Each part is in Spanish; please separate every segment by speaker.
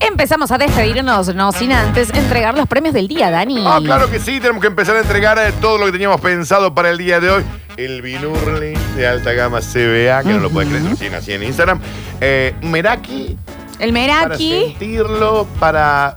Speaker 1: empezamos a despedirnos, no sin antes entregar los premios del día, Dani.
Speaker 2: Ah, claro que sí, tenemos que empezar a entregar eh, todo lo que teníamos pensado para el día de hoy. El Binurli de alta gama CBA, que no lo puedes creer recién así en Instagram. Eh, Meraki,
Speaker 1: El
Speaker 2: para
Speaker 1: Meraki.
Speaker 2: sentirlo, para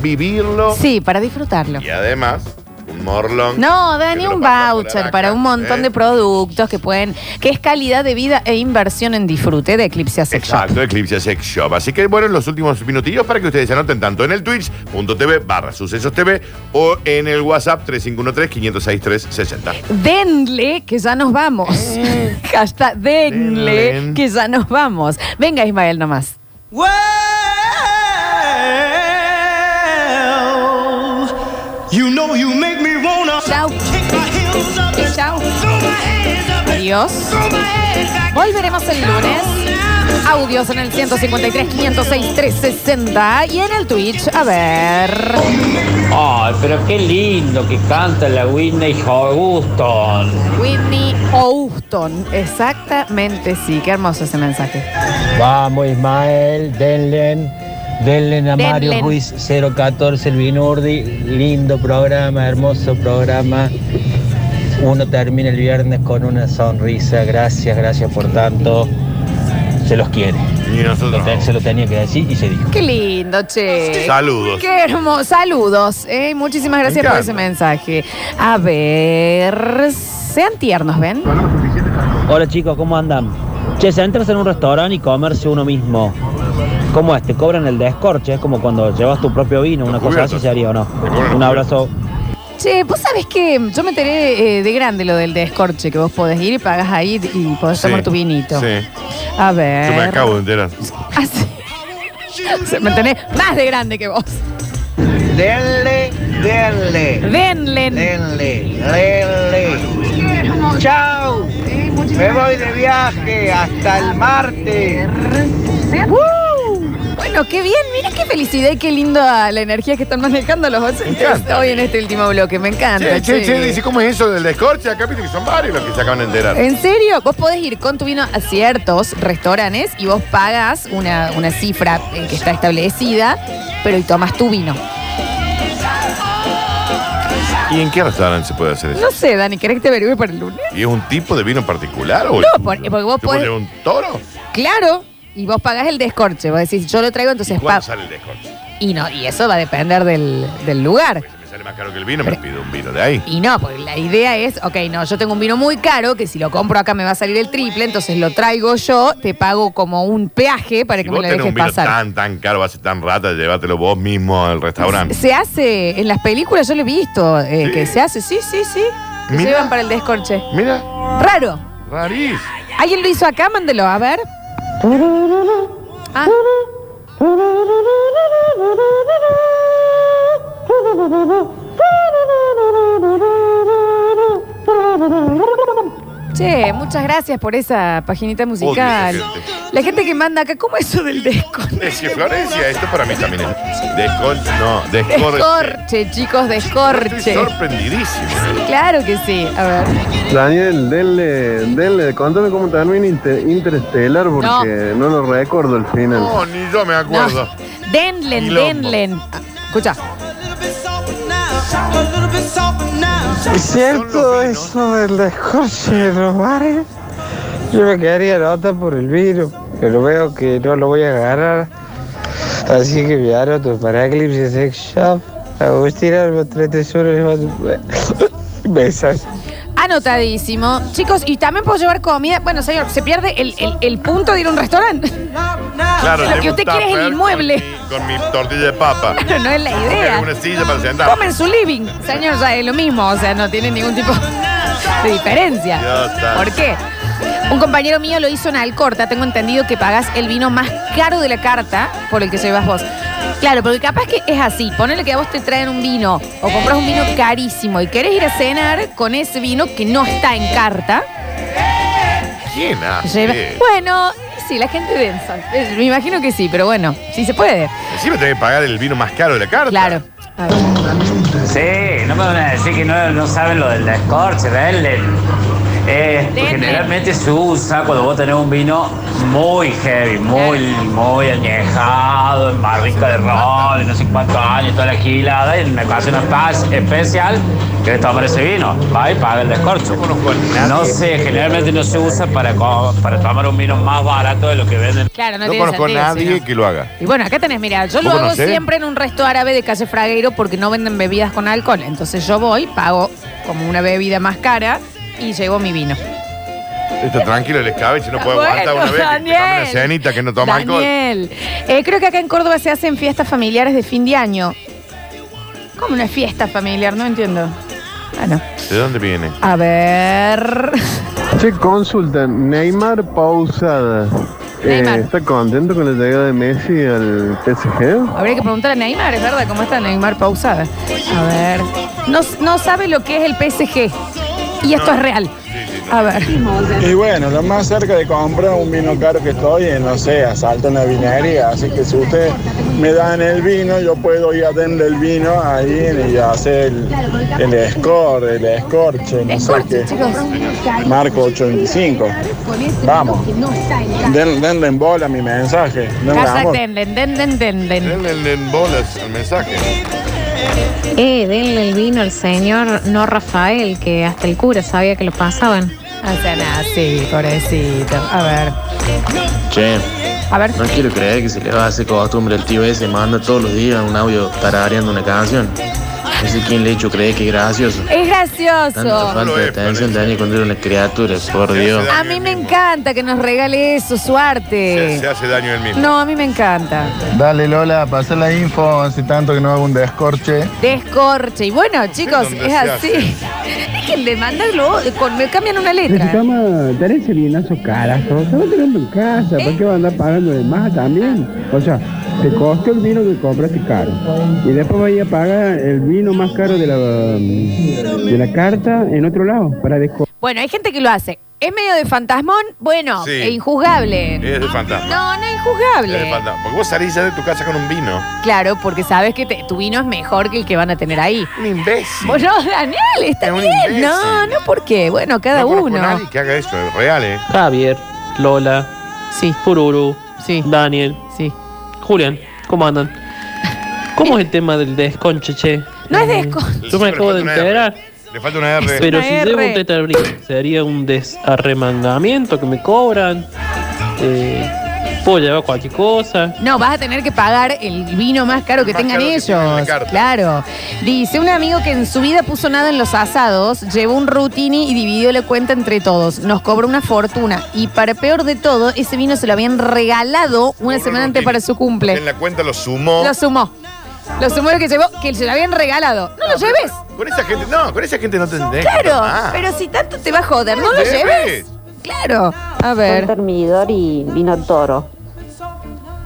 Speaker 2: vivirlo.
Speaker 1: Sí, para disfrutarlo.
Speaker 2: Y además, un morlón.
Speaker 1: No, Dani,
Speaker 2: Que te lo
Speaker 1: un
Speaker 2: pasan por
Speaker 1: voucher
Speaker 2: acá,
Speaker 1: para un montón
Speaker 2: ¿eh?
Speaker 1: de productos que pueden, que es calidad de vida e inversión en disfrute de Eclipse Sex Shop.
Speaker 2: Exacto, Eclipse Sex Shop. Así que bueno, en los últimos minutillos para que ustedes se anoten tanto en el twitch.tv barra sucesos TV o en el WhatsApp 3513-506-360.
Speaker 1: Denle que ya nos vamos.
Speaker 2: Eh.
Speaker 1: Hashtag denle,
Speaker 2: Denle.
Speaker 1: que ya nos vamos. Venga, Ismael, nomás.
Speaker 3: Well, you know you make me wanna
Speaker 1: Chau.
Speaker 3: kick my heels up and
Speaker 1: Chau.
Speaker 3: throw my hands up and
Speaker 1: Adiós.
Speaker 3: throw my hands back.
Speaker 1: Volveremos el lunes. Audios en el 153, 506, 360 y en el Twitch. A ver.
Speaker 4: Ay, pero qué lindo que canta la Whitney Houston.
Speaker 1: Whitney Houston. Exactamente, sí. Qué hermoso ese mensaje.
Speaker 5: Vamos Ismael, denle, denle a Mario
Speaker 1: Denle.
Speaker 5: Ruiz 014 el Binurdi, lindo programa, hermoso programa. Uno termina el viernes con una sonrisa, gracias, gracias por tanto. Se los quiere.
Speaker 2: Y nosotros.
Speaker 5: Se lo tenía que decir y se dijo.
Speaker 1: Qué lindo, che.
Speaker 2: Saludos.
Speaker 1: Qué hermoso. Saludos. eh, muchísimas gracias
Speaker 2: Me
Speaker 1: por ese
Speaker 2: encanta.
Speaker 1: mensaje. A ver. Sean tiernos, ¿ven?
Speaker 6: Hola chicos, ¿cómo andan? Che, se entras en un restaurante y comerse uno mismo. ¿Cómo es? Te cobran el descorche, es como cuando llevas tu propio vino, una cosa
Speaker 2: cubiertos.
Speaker 6: así sería o no.
Speaker 2: Te cobran los
Speaker 6: Un abrazo.
Speaker 1: Che, vos sabés que yo me enteré eh, de grande lo del descorche, que vos podés ir y pagás ahí y podés
Speaker 2: Sí,
Speaker 1: tomar tu vinito.
Speaker 2: Sí.
Speaker 1: A ver.
Speaker 2: Yo me acabo de enterar.
Speaker 1: Así. Se me tenés más de grande que vos.
Speaker 7: Denle, denle,
Speaker 1: Denle.
Speaker 7: denle, denle. Chao. Me voy de viaje hasta el martes.
Speaker 1: Bueno, qué bien, mira qué felicidad y qué linda la energía que están manejando los oyentes
Speaker 2: encanta.
Speaker 1: hoy en este último bloque. Me encanta.
Speaker 2: Che, che,
Speaker 1: che.
Speaker 2: che, dice, ¿cómo es eso del descorche? Acá viste que son varios los que se acaban de enterar.
Speaker 1: ¿En serio? Vos podés ir con tu vino a ciertos restaurantes y vos pagas una, una cifra eh, que está establecida, pero y tomas tu vino.
Speaker 2: ¿Y en qué restaurante se puede hacer eso?
Speaker 1: No sé, Dani, ¿querés que te averigüe para el lunes?
Speaker 2: ¿Y es un tipo de vino en particular o el
Speaker 1: No,
Speaker 2: tuyo?
Speaker 1: por- porque vos
Speaker 2: ¿Te
Speaker 1: podés-
Speaker 2: pones un toro?
Speaker 1: Claro. Y vos pagás el descorche. Vos decís, yo lo traigo,
Speaker 2: ¿Y
Speaker 1: entonces pago.
Speaker 2: cuándo sale el descorche?
Speaker 1: Y no, y eso va a depender del, del lugar.
Speaker 2: Porque si me sale más caro que el vino, me pido un vino de ahí.
Speaker 1: Y no, porque la idea es, ok, no, yo tengo un vino muy caro, que si lo compro acá me va a salir el triple, entonces lo traigo yo, te pago como un peaje para
Speaker 2: Si
Speaker 1: que me
Speaker 2: vos
Speaker 1: lo
Speaker 2: tenés
Speaker 1: dejes
Speaker 2: un vino
Speaker 1: pasar.
Speaker 2: tan, tan caro, hace tan rata, llévatelo vos mismo al restaurante.
Speaker 1: Se hace, en las películas yo lo he visto, eh, que se hace, sí, sí, sí. Que se
Speaker 2: Mira.
Speaker 1: llevan para el descorche.
Speaker 2: Mira,
Speaker 1: Raro.
Speaker 2: rarís.
Speaker 1: ¿Alguien lo hizo acá? Mándelo, a ver. Ah. Che, muchas gracias por esa paginita musical.
Speaker 2: Odio esa gente.
Speaker 1: La gente que manda acá, ¿cómo es eso del descorche?
Speaker 2: Es que Florencia, esto para mí también es. Descorche, no, descorche.
Speaker 1: Descorche, chicos,
Speaker 2: Estoy
Speaker 1: descorche.
Speaker 2: sorprendidísimo.
Speaker 1: Claro que sí. A ver.
Speaker 8: Daniel, denle, denle, contame cómo termina Inter- Interestelar porque no. lo recuerdo el final.
Speaker 2: No, ni yo me acuerdo.
Speaker 1: No. Denlen,
Speaker 2: Quilombo.
Speaker 1: denlen. Ah, Escucha.
Speaker 3: A little bit softer now, a little bit softer now.
Speaker 5: ¿Es
Speaker 2: cierto eso
Speaker 5: del descorche de los bares? Yo me quedaría nota por el virus, pero veo que no lo voy a agarrar. Así que me anoto para Eclipse Sex Shop. Agustín Alba, 3 Besas.
Speaker 1: Anotadísimo. Chicos, y también puedo llevar comida. Bueno, señor, se pierde el, el- el punto de ir a un restaurante.
Speaker 2: Claro,
Speaker 1: Lo
Speaker 2: tengo
Speaker 1: que
Speaker 2: un
Speaker 1: usted quiere es el
Speaker 2: tupper
Speaker 1: inmueble.
Speaker 2: Con mi, con mi tortilla de papa.
Speaker 1: Pero no es la idea.
Speaker 2: Una silla para sentar.
Speaker 1: Comen su living. Señor, ya es lo mismo. O sea, no tiene ningún tipo de diferencia.
Speaker 2: Ya está.
Speaker 1: ¿Por qué? Un compañero mío lo hizo en Alcorta. Tengo entendido que pagás el vino más caro de la carta por el que llevas vos. Claro, porque capaz que es así. Ponele que a vos te traen un vino o compras un vino carísimo y querés ir a cenar con ese vino que no está en carta.
Speaker 2: ¿Quién hace?
Speaker 1: Lleva- Bueno, sí, la gente densa. Eh, Me imagino que sí, pero bueno, sí se puede.
Speaker 2: Encima tenés que pagar el vino más caro de la carta.
Speaker 1: Claro. A ver.
Speaker 4: Sí, no me van a decir que no, no saben lo del descorche, denle. Eh,
Speaker 1: Denle.
Speaker 4: generalmente se usa cuando vos tenés un vino muy heavy, muy, muy añejado, en barrica de rol, en no sé cuántos años, toda la gilada, y en una ocasión espe- especial, querés tomar ese vino, va y paga el descorcho. No sé, generalmente no se usa para, co- para tomar un vino más barato de lo que venden.
Speaker 1: Claro, no,
Speaker 2: No
Speaker 1: tiene
Speaker 2: conozco a
Speaker 1: sentido,
Speaker 2: nadie
Speaker 1: sino-
Speaker 2: que lo haga.
Speaker 1: Y bueno, acá tenés, mira, yo lo
Speaker 2: ¿Vos
Speaker 1: hago
Speaker 2: conocés?
Speaker 1: siempre en un resto árabe de calle Fragueiro porque no venden bebidas con alcohol. Entonces yo voy, pago como una bebida más cara y llevo mi vino.
Speaker 2: Está tranquilo el escabeche, no puede
Speaker 1: Bueno,
Speaker 2: aguantar una vez que- que tome una
Speaker 1: Daniel.
Speaker 2: cenita que no toma alcohol.
Speaker 1: Daniel, eh, creo que acá en Córdoba se hacen fiestas familiares de fin de año. ¿Cómo una fiesta familiar? No entiendo. Bueno,
Speaker 2: ¿De dónde viene?
Speaker 1: a ver.
Speaker 8: Che, consulta, Neymar pausada. Eh,
Speaker 1: Neymar.
Speaker 8: ¿Está contento con la llegada de Messi al PSG?
Speaker 1: Habría que preguntar a Neymar, es verdad, ¿cómo está Neymar pausada? A ver. No, no sabe lo que es el PSG. Y esto
Speaker 2: Ah.
Speaker 1: es real. A ver.
Speaker 9: Y bueno, lo más cerca de comprar un vino caro que estoy, eh, no sé, asalto en la vinería. Así que si ustedes me dan el vino, yo puedo ir a darle el vino ahí y hacer el, el score, el escorche, no sé
Speaker 1: Escorche,
Speaker 9: qué.
Speaker 1: chicos.
Speaker 9: Marco 825. Vamos. Den- denle en bola mi mensaje. Denle
Speaker 1: Casa
Speaker 9: amor.
Speaker 1: Denlen, Denlen, Denlen.
Speaker 2: Denle en- en bolas el mensaje.
Speaker 10: Eh, denle el vino al señor, no Rafael, que hasta el cura sabía que lo pasaban.
Speaker 1: Hacen así, pobrecito. A ver.
Speaker 11: Che,
Speaker 1: A ver.
Speaker 11: no quiero creer que se le va a hacer costumbre al tío ese, manda todos los días un audio tarareando una canción. No sé quién le hecho cree que es gracioso.
Speaker 1: Es
Speaker 11: Tanta
Speaker 1: gracioso.
Speaker 11: falta de atención tenía cuando era una criatura, por Dios.
Speaker 1: A mí me encanta que nos regale eso, su
Speaker 2: Se, se
Speaker 1: arte.
Speaker 2: hace daño él mismo.
Speaker 1: No, a mí me encanta.
Speaker 9: Dale Lola, pasa la info, hace tanto que no hago un descorche.
Speaker 1: Descorche. Y bueno, chicos,
Speaker 2: dónde
Speaker 1: es
Speaker 2: se
Speaker 1: así. Es que le mandan luego, con- me cambian una letra.
Speaker 5: dar ese bienazo carajo. Se va tirando en casa. ¿Para qué va a andar pagando de más también? O sea, te costó el vino que compraste caro. Y después vaya a pagar el vino más caro de la, de la carta en otro lado para descubrir.
Speaker 1: Bueno, hay gente que lo hace. ¿Es medio de fantasmón? Bueno,
Speaker 2: Sí.
Speaker 1: e injuzgable.
Speaker 2: Es de fantasma.
Speaker 1: No, no es
Speaker 2: Es de
Speaker 1: injuzgable.
Speaker 2: fantasma. Porque vos salís ya de tu casa con un vino.
Speaker 1: Claro, porque sabes que te- tu vino es mejor que el que van a tener ahí.
Speaker 2: Un imbécil.
Speaker 1: Bueno, Daniel, está
Speaker 2: Es un
Speaker 1: bien.
Speaker 2: imbécil.
Speaker 1: No, no, ¿por qué? Bueno, cada
Speaker 2: no conozco
Speaker 1: uno.
Speaker 2: a nadie que haga eso, es real, ¿eh?
Speaker 11: Javier, Lola,
Speaker 1: Sí,
Speaker 11: Pururu,
Speaker 1: sí,
Speaker 11: Daniel,
Speaker 1: sí.
Speaker 11: Julián, ¿cómo andan? ¿Cómo es el tema del desconche, che?
Speaker 1: No es desconche.
Speaker 11: Yo me acabo de
Speaker 2: Siempre le falta una
Speaker 11: enterar.
Speaker 2: R. Le falta una R.
Speaker 11: Pero si
Speaker 1: R.
Speaker 11: llevo un tetrabric, sería un desarremangamiento que me cobran. Eh, puedo llevar cualquier cosa.
Speaker 1: No, vas a tener que pagar el vino más caro que
Speaker 2: Más
Speaker 1: tengan
Speaker 2: caro que
Speaker 1: ellos.
Speaker 2: tengan en la carta.
Speaker 1: claro. Dice un amigo que en su vida puso nada en los asados, llevó un rutini y dividió la cuenta entre todos. Nos cobró una fortuna. Y para peor de todo, ese vino se lo habían regalado una
Speaker 2: Pobre
Speaker 1: semana antes
Speaker 2: Martín.
Speaker 1: para su cumple.
Speaker 2: En la cuenta lo sumó.
Speaker 1: Lo sumó. Lo sumó lo que llevó, que se lo habían regalado. No, lo lleves.
Speaker 2: Con esa gente, no, con esa gente no te entendés.
Speaker 1: Claro.
Speaker 2: Ah.
Speaker 1: Pero si tanto te va a joder, no lo
Speaker 2: Lleves.
Speaker 1: lleves. Claro. A ver.
Speaker 10: Termidor y vino toro.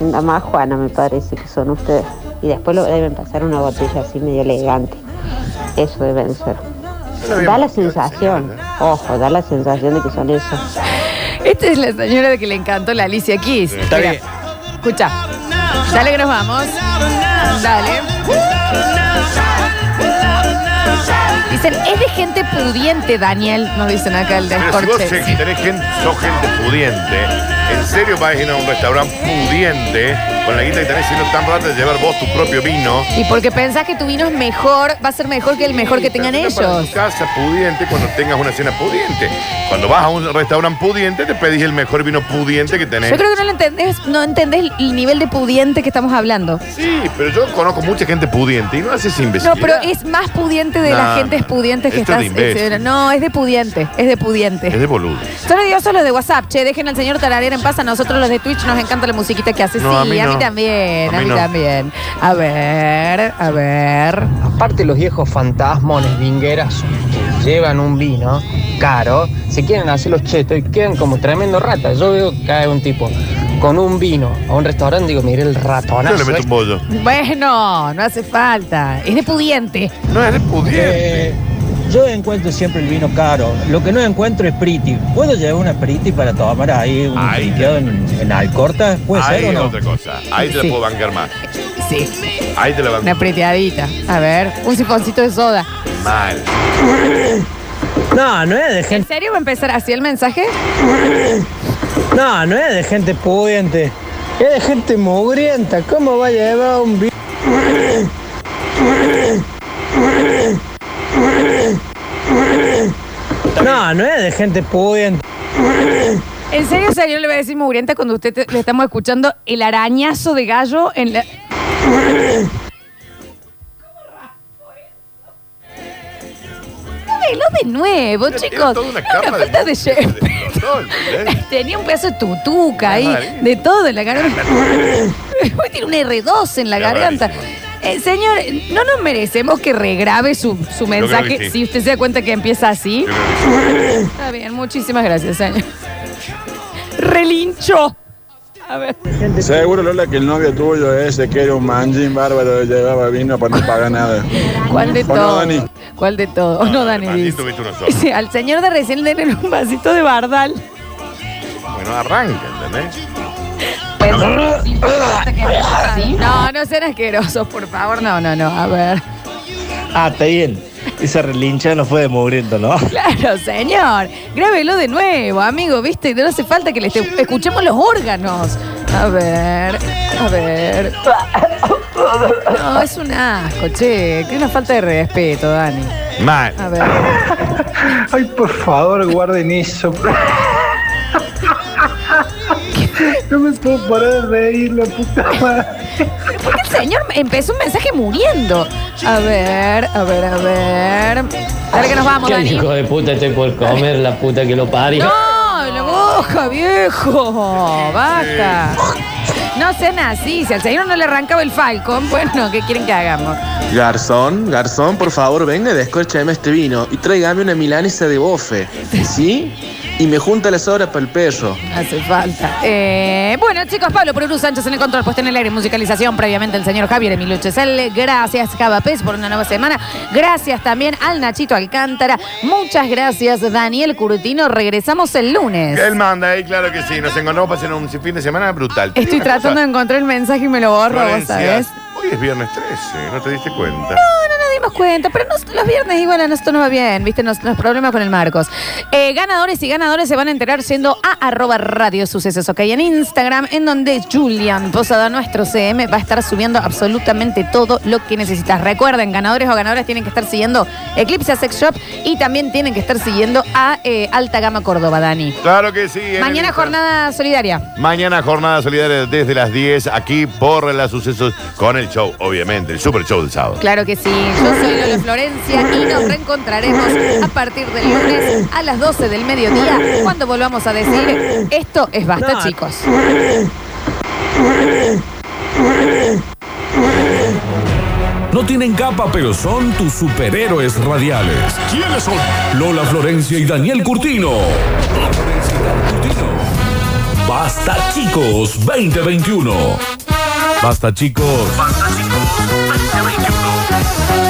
Speaker 10: La más Juana me parece que son ustedes. Y después lo deben pasar una botella así medio elegante. Eso deben ser. Da la sensación, ojo, da la sensación de que son esos.
Speaker 1: Esta es la señora de que le encantó la Alicia Keys.
Speaker 11: Está
Speaker 1: Mira,
Speaker 11: bien.
Speaker 1: Escucha. Dale que nos vamos. Dale. Dicen, es de gente pudiente, Daniel. Nos dicen acá el
Speaker 2: Pero si vos
Speaker 1: descorche.
Speaker 2: che- tenés gente, sos gente pudiente, en serio vas a ir a un restaurante pudiente, con la guita que tenés siendo tan rata de llevar vos tu propio vino.
Speaker 1: Y porque pensás que tu vino es mejor, va a ser mejor que el mejor que tengan
Speaker 2: Pero para
Speaker 1: ellos.
Speaker 2: tu casa pudiente cuando tengas una cena pudiente. Cuando vas a un restaurante pudiente, te pedís el mejor vino pudiente que tenés.
Speaker 1: Yo creo que no lo entendés, no entendés el nivel de pudiente que estamos hablando.
Speaker 2: Sí, pero yo conozco mucha gente pudiente y no haces imbécil.
Speaker 1: No, pero es más pudiente de
Speaker 2: No,
Speaker 1: las gentes
Speaker 2: no, no.
Speaker 1: pudientes que
Speaker 2: Esto es
Speaker 1: estás.
Speaker 2: de imbécil.
Speaker 1: eh, No, es de pudiente, es de pudiente.
Speaker 2: Es de boludo.
Speaker 1: Son odiosos los de WhatsApp, che, dejen al señor Tararera en paz, a nosotros los de Twitch nos encanta la musiquita que hace.
Speaker 2: No,
Speaker 1: sí,
Speaker 2: a mí no.
Speaker 1: también, a
Speaker 2: A
Speaker 1: mí
Speaker 2: mí no.
Speaker 1: también. A ver, a ver.
Speaker 7: Aparte los viejos fantasmones vingueras que llevan un vino caro, se quieren hacer los chetos y quedan como tremendo rata. Yo veo que cae un tipo con un vino a un restaurante y digo, mire el
Speaker 2: Yo le
Speaker 7: ratonazo. este".
Speaker 2: meto un bollo.
Speaker 1: Bueno, no hace falta. Es de pudiente.
Speaker 2: No, es de pudiente.
Speaker 9: Eh, yo encuentro siempre el vino caro. Lo que no encuentro es Priti. ¿Puedo llevar una Priti para tomar ahí un
Speaker 2: Ahí.
Speaker 9: priteado en, en Alcorta? ¿Puede
Speaker 2: Ahí
Speaker 9: ser o
Speaker 2: es
Speaker 9: no?
Speaker 2: otra cosa. Ahí te
Speaker 1: Sí.
Speaker 2: la puedo bancar más.
Speaker 1: Sí,
Speaker 2: Ahí te la banco
Speaker 1: una preteadita. A ver, un sifoncito de soda.
Speaker 2: mal.
Speaker 6: No, no es de
Speaker 1: ¿En
Speaker 6: gente.
Speaker 1: serio va a empezar así el mensaje?
Speaker 6: No, no es de gente pudiente. Es de gente mugrienta. ¿Cómo va a llevar un vino? No, no es de gente pudiente.
Speaker 1: ¿En serio, señor, le voy a decir mugrienta cuando usted te- le estamos escuchando el arañazo de gallo en la. Velo de nuevo, chicos.
Speaker 2: toda una
Speaker 1: Era
Speaker 2: cama
Speaker 1: una
Speaker 2: de
Speaker 1: falta de
Speaker 2: mugre,
Speaker 1: respeto.
Speaker 2: No, ¿entendés?
Speaker 1: Tenía un pedazo de tutuca ahí,
Speaker 2: Mal.
Speaker 1: de todo en la garganta. Tiene un R2 en la
Speaker 2: Era
Speaker 1: garganta. Eh, señor, no nos merecemos que regrabe su, su mensaje
Speaker 2: sí.
Speaker 1: si usted se da cuenta que empieza así.
Speaker 2: Yo creo que sí.
Speaker 1: Está bien, muchísimas gracias, señor. Relincho. A ver.
Speaker 9: Seguro, Lola, que el novio tuyo ese que era un manjín bárbaro, llevaba vino para no pagar nada.
Speaker 1: ¿Cuál de
Speaker 9: ¿O no,
Speaker 1: todo?
Speaker 9: Dani?
Speaker 1: ¿Cuál de todo? ¿O no, Dani? dice?
Speaker 2: Maldito, viste uno solo.
Speaker 1: Dice, al señor de recién le den un vasito de bardal.
Speaker 2: Bueno, arranca, ¿entendés?
Speaker 1: Pues- no, no sean asquerosos, por favor. No, no, no. A ver.
Speaker 6: Ah, está bien. Esa relincha no fue de mugriento, ¿no?
Speaker 1: Claro, señor. Grábelo de nuevo, amigo, ¿viste? No hace falta que le este- escuchemos los órganos. A ver, a ver. No, es un asco, che. Que una falta de respeto, Dani.
Speaker 2: Mal.
Speaker 1: A ver.
Speaker 5: Ay, por favor, guarden eso. No me puedo parar de reír, la puta madre.
Speaker 1: ¿Por qué el señor empezó un mensaje muriendo? A ver, a ver, a ver. A ver que nos vamos, Dani.
Speaker 6: de puta estoy por comer, la puta que lo parió.
Speaker 1: No, la boca, viejo. Basta. No sean así. Si al señor no le arrancaba el Falcon, bueno, ¿qué quieren que hagamos?
Speaker 11: Garzón, garzón, por favor, venga, descorchame este vino y tráigame una milanesa de bofe, ¿sí? Y me junta las horas para el perro.
Speaker 1: Hace falta. Eh, bueno, chicos, Pablo Perú Sánchez en el control, puesto en el aire, musicalización, previamente el señor Javier Emilio Chesel. Gracias, Javapés, por una nueva semana. Gracias también al Nachito Alcántara. Muchas gracias, Daniel Curtino. Regresamos el lunes.
Speaker 2: Él manda ahí, claro que sí. Nos encontramos para hacer un fin de semana brutal. Te
Speaker 1: Estoy
Speaker 2: digo una
Speaker 1: tratando de encontrar el mensaje y me lo
Speaker 2: cosa,
Speaker 1: borro, vos
Speaker 2: Florencia,
Speaker 1: sabés.
Speaker 2: Hoy es viernes 13, ¿no te diste cuenta?
Speaker 1: No, no nos dimos cuenta, pero nos- los viernes igual a nosotros nos va bien, ¿viste? Nos, los problemas con el Marcos. Eh, ganadores y ganadores se van a enterar siendo a arroba radio sucesos, ok, en Instagram, en donde Julian Posada, nuestro CM, va a estar subiendo absolutamente todo lo que necesitas. Recuerden, ganadores o ganadoras tienen que estar siguiendo Eclipse Sex Shop y también tienen que estar siguiendo a eh, Alta Gama Córdoba, Dani.
Speaker 2: Claro que sí. en el
Speaker 1: Mañana
Speaker 2: Instagram.
Speaker 1: jornada solidaria.
Speaker 2: Mañana jornada solidaria desde las 10 aquí por las sucesos con el show, obviamente, el super show del sábado.
Speaker 1: Claro que sí, yo soy Lola Florencia y nos reencontraremos a partir del lunes a las 12 del mediodía cuando volvamos a decir esto es basta
Speaker 6: No.
Speaker 1: chicos.
Speaker 12: No tienen capa, pero son tus superhéroes radiales. ¿Quiénes son? Lola Florencia y Daniel Curtino. Lola Florencia y Daniel Curtino. Basta chicos 2021. Basta chicos. Basta chicos 2021.